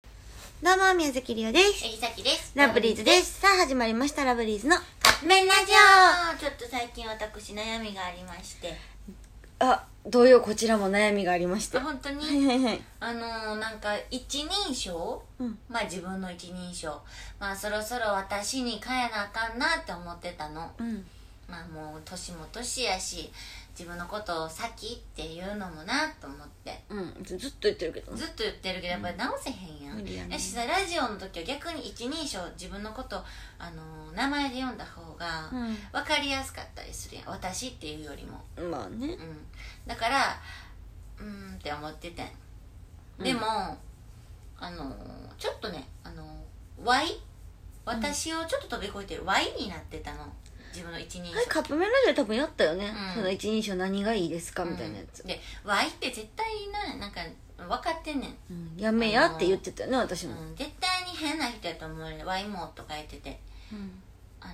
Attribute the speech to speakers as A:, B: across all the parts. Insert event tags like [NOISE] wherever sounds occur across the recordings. A: どうも、宮崎りおです。
B: えりさきです
A: ラブリーズです。さあ、始まりました、ラブリーズの。
B: カップ麺ラジオちょっと最近私悩みがありまして
A: あ、同様、こちらも悩みがありまし
B: あ
A: は
B: 本当
A: い
B: に
A: はいはい。
B: あのーなんか一人称、
A: うん
B: まあ自分の一人称まあそろそろ私に変えなあかんなって思ってたの
A: うん。
B: まあもう年も年やし自分のことを先っていうのもなと思って
A: うん。ずずっと言ってるけど。
B: ずっと言ってるけどやっぱり直せへんやん、
A: 無理やね
B: やしさラジオの時は逆に一人称自分のことあのー名前で呼んだ方が、
A: う
B: 分かりやすかったりするやん私っていうよりも、
A: ん。まあね
B: う。ん、だからうーんって思っててんでも、あのーちょっとねあのー Y 私をちょっと飛び越えてる Y になってたの自分の一人
A: はい、
B: 称
A: カップ麺ラジオ多分やったよね。
B: う
A: そ
B: ん
A: の一人称何がいいですかみたいなや
B: う
A: つ
B: ん。で Y って絶対ななんか分かってんねん、
A: うん。やめやって言ってたよね、私も。
B: うん、絶対に変な人やと思うねん Y もとか言ってて
A: うん。
B: あの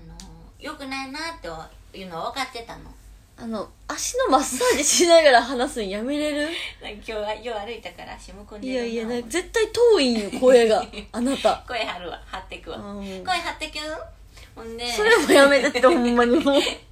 B: ーよくないなっていうのは分かって [LAUGHS] たの
A: あの、足のマッサージしながら話すんやめれる
B: 今日は夜歩いたから足むくんで
A: い
B: るな
A: やいや、なんか絶対遠いんよ、声が。あなた。 [LAUGHS]
B: 声張るわ張ってくわ、
A: うん
B: 声張ってきゅんほんで
A: それもやめてって、ほ
B: [LAUGHS]
A: んまにもう。
B: で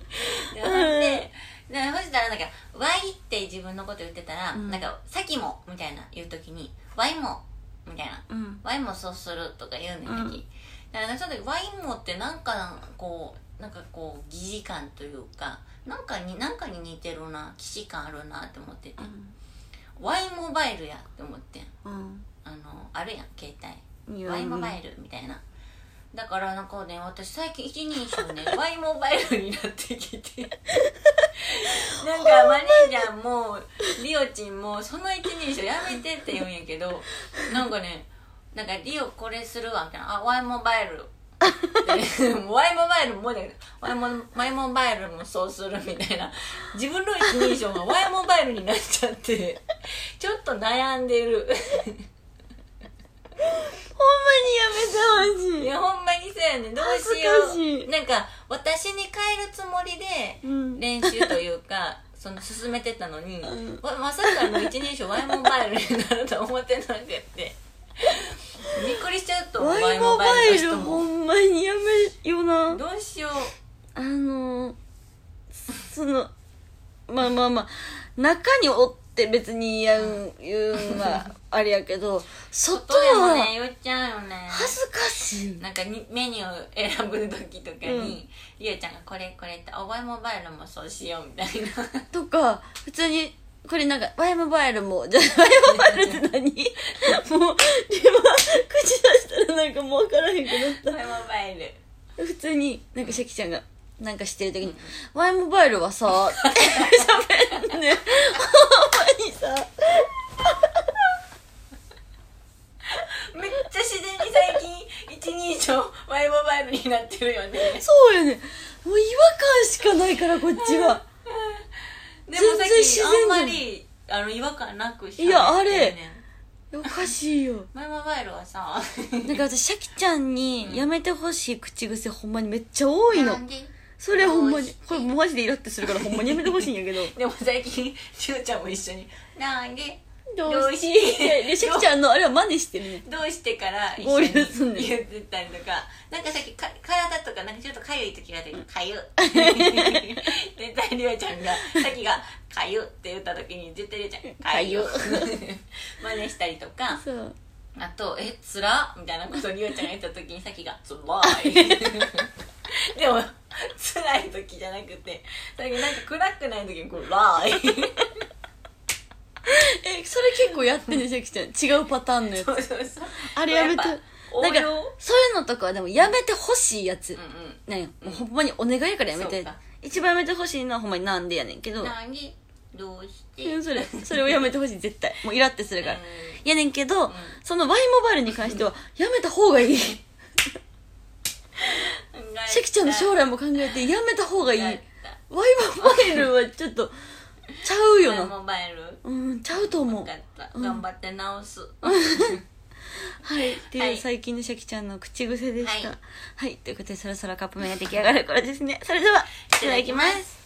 B: ほんででそしたらなんか「ワイ」って自分のこと言ってたら「
A: うん
B: なんかさきも」みたいな言う時に「ワイも」みたいな
A: うん
B: 「ワイもそうする」とか言うねん
A: うん
B: 時、だからその時「ワイも」ってなんかこうなんかこう疑似感というかなんかになんかに似てるな既視感あるなって思ってて「ワイモバイルや」って思ってん
A: うん。
B: あのあるやん携帯
A: いや
B: Y モバイルみたいなだからなんかね私最近一人称ね Y モバイルになってきてなんかマネージャーもリオちんもその一人称やめてって言うんやけどなんかねなんかリオこれするわみたいな「あ Y モバイル」でもう Y モバイルもだけど Y モ Y モバイルもそうするみたいな自分の一人称が Y モバイルになっちゃってちょっと悩んでる
A: ほんまにやめてほしい
B: [LAUGHS] いやほんまにそうやねどうしよう
A: 恥ずかしい
B: なんか私に変えるつもりで
A: うん
B: 練習というかその進めてたのに、
A: ん
B: わまさかの一人称 Y モバイルになると思ってなくてびっくりしちゃうと思う
A: Y モバイル
B: の人
A: ほ
B: も
A: んまにやめよな
B: どうしよ
A: あのーそのまあまあまあ中におって別にやう言うんはあれやけ
B: [LAUGHS]
A: ど
B: う
A: 外
B: 外でもね
A: は
B: 言っちゃうよね
A: 恥ずかしい
B: なんかにメニュー選ぶ時とかに、
A: うん
B: りおちゃんが「これこれ」って「あ Y モバイルもそうしよう」みたいな
A: [LAUGHS] とか普通にこれなんか Y モバイルもじゃあ [LAUGHS] Y モバイル
B: [LAUGHS]
A: って何もう今口出したらなんかもう分からへんくなっ
B: 「Y モバイル」
A: た普通になんかシャキちゃんがなんかしてる時に「Y モバイルはさ」 [LAUGHS] って喋んねんほんまにさ
B: めっちゃ自然に最近一人称ワイモバイルになってるよね
A: そうよねもう違和感しかないからこっちは
B: でもさ
A: 全然
B: っ
A: 自
B: き
A: 然
B: あん
A: じゃん
B: まりあの違和感なくし
A: いやあれおかしいよ
B: ワイモバイルはさ
A: なんか私シャキちゃん
B: うん
A: にやめてほしい口癖ほんまにめっちゃ多いの
B: なんで
A: それほんまに
B: どうして
A: これマジでイラってするからほんまにやめてほしいんやけど
B: でも最近しゅうちゃんも一緒に「なんで
A: ど
B: ど
A: う
B: う
A: し
B: して
A: でシャキちゃんのあれは真似してるね
B: どうして?」から一
A: 合
B: 緒に
A: 流すんねん
B: 言ってたりとかなんかさっきか体とかなんかちょっとかゆい時があったけど「かゆ」絶対りおちゃんがさっきが「かゆ」って言った時に絶対りおちゃん「かゆ」
A: か
B: [LAUGHS] 真似したりとか
A: そう
B: あと「えつら」みたいなことをりおちゃんが言った時にさきが「つらい」でもつらい時じゃなくてだけどなんか暗くない時に「こうらい」
A: えそれ結構やってんねシャキちゃん違うパターンのやつ
B: そうそうそう
A: あれやめて
B: やっ
A: な
B: ぱ応
A: ん
B: 用
A: かそういうのとかはでもやめてほしいやつ、
B: うんうん
A: なんやもうほんまにお願いやからやめ
B: そ
A: て
B: うか
A: 一番やめてほしいのはほんまになんでやねんけど
B: 何どうして
A: うんそれそれをやめてほしい絶対もうイラってするから、
B: うん
A: やねんけど、
B: ん
A: その Y モバイルに関してはやめた方がいいシャキちゃんの将来も考えてやめた方がいい Y モバイルはちょっとちゃう
B: い
A: よな
B: モバイル
A: うんちゃうと思う
B: 分かった
A: うん
B: 頑張って直す
A: はいって
B: は
A: いう
B: い
A: 最近のシャキちゃんの口癖でしたは
B: はい
A: い、ということでそろそろカップ麺が出来上がる頃ですねそれではいただきます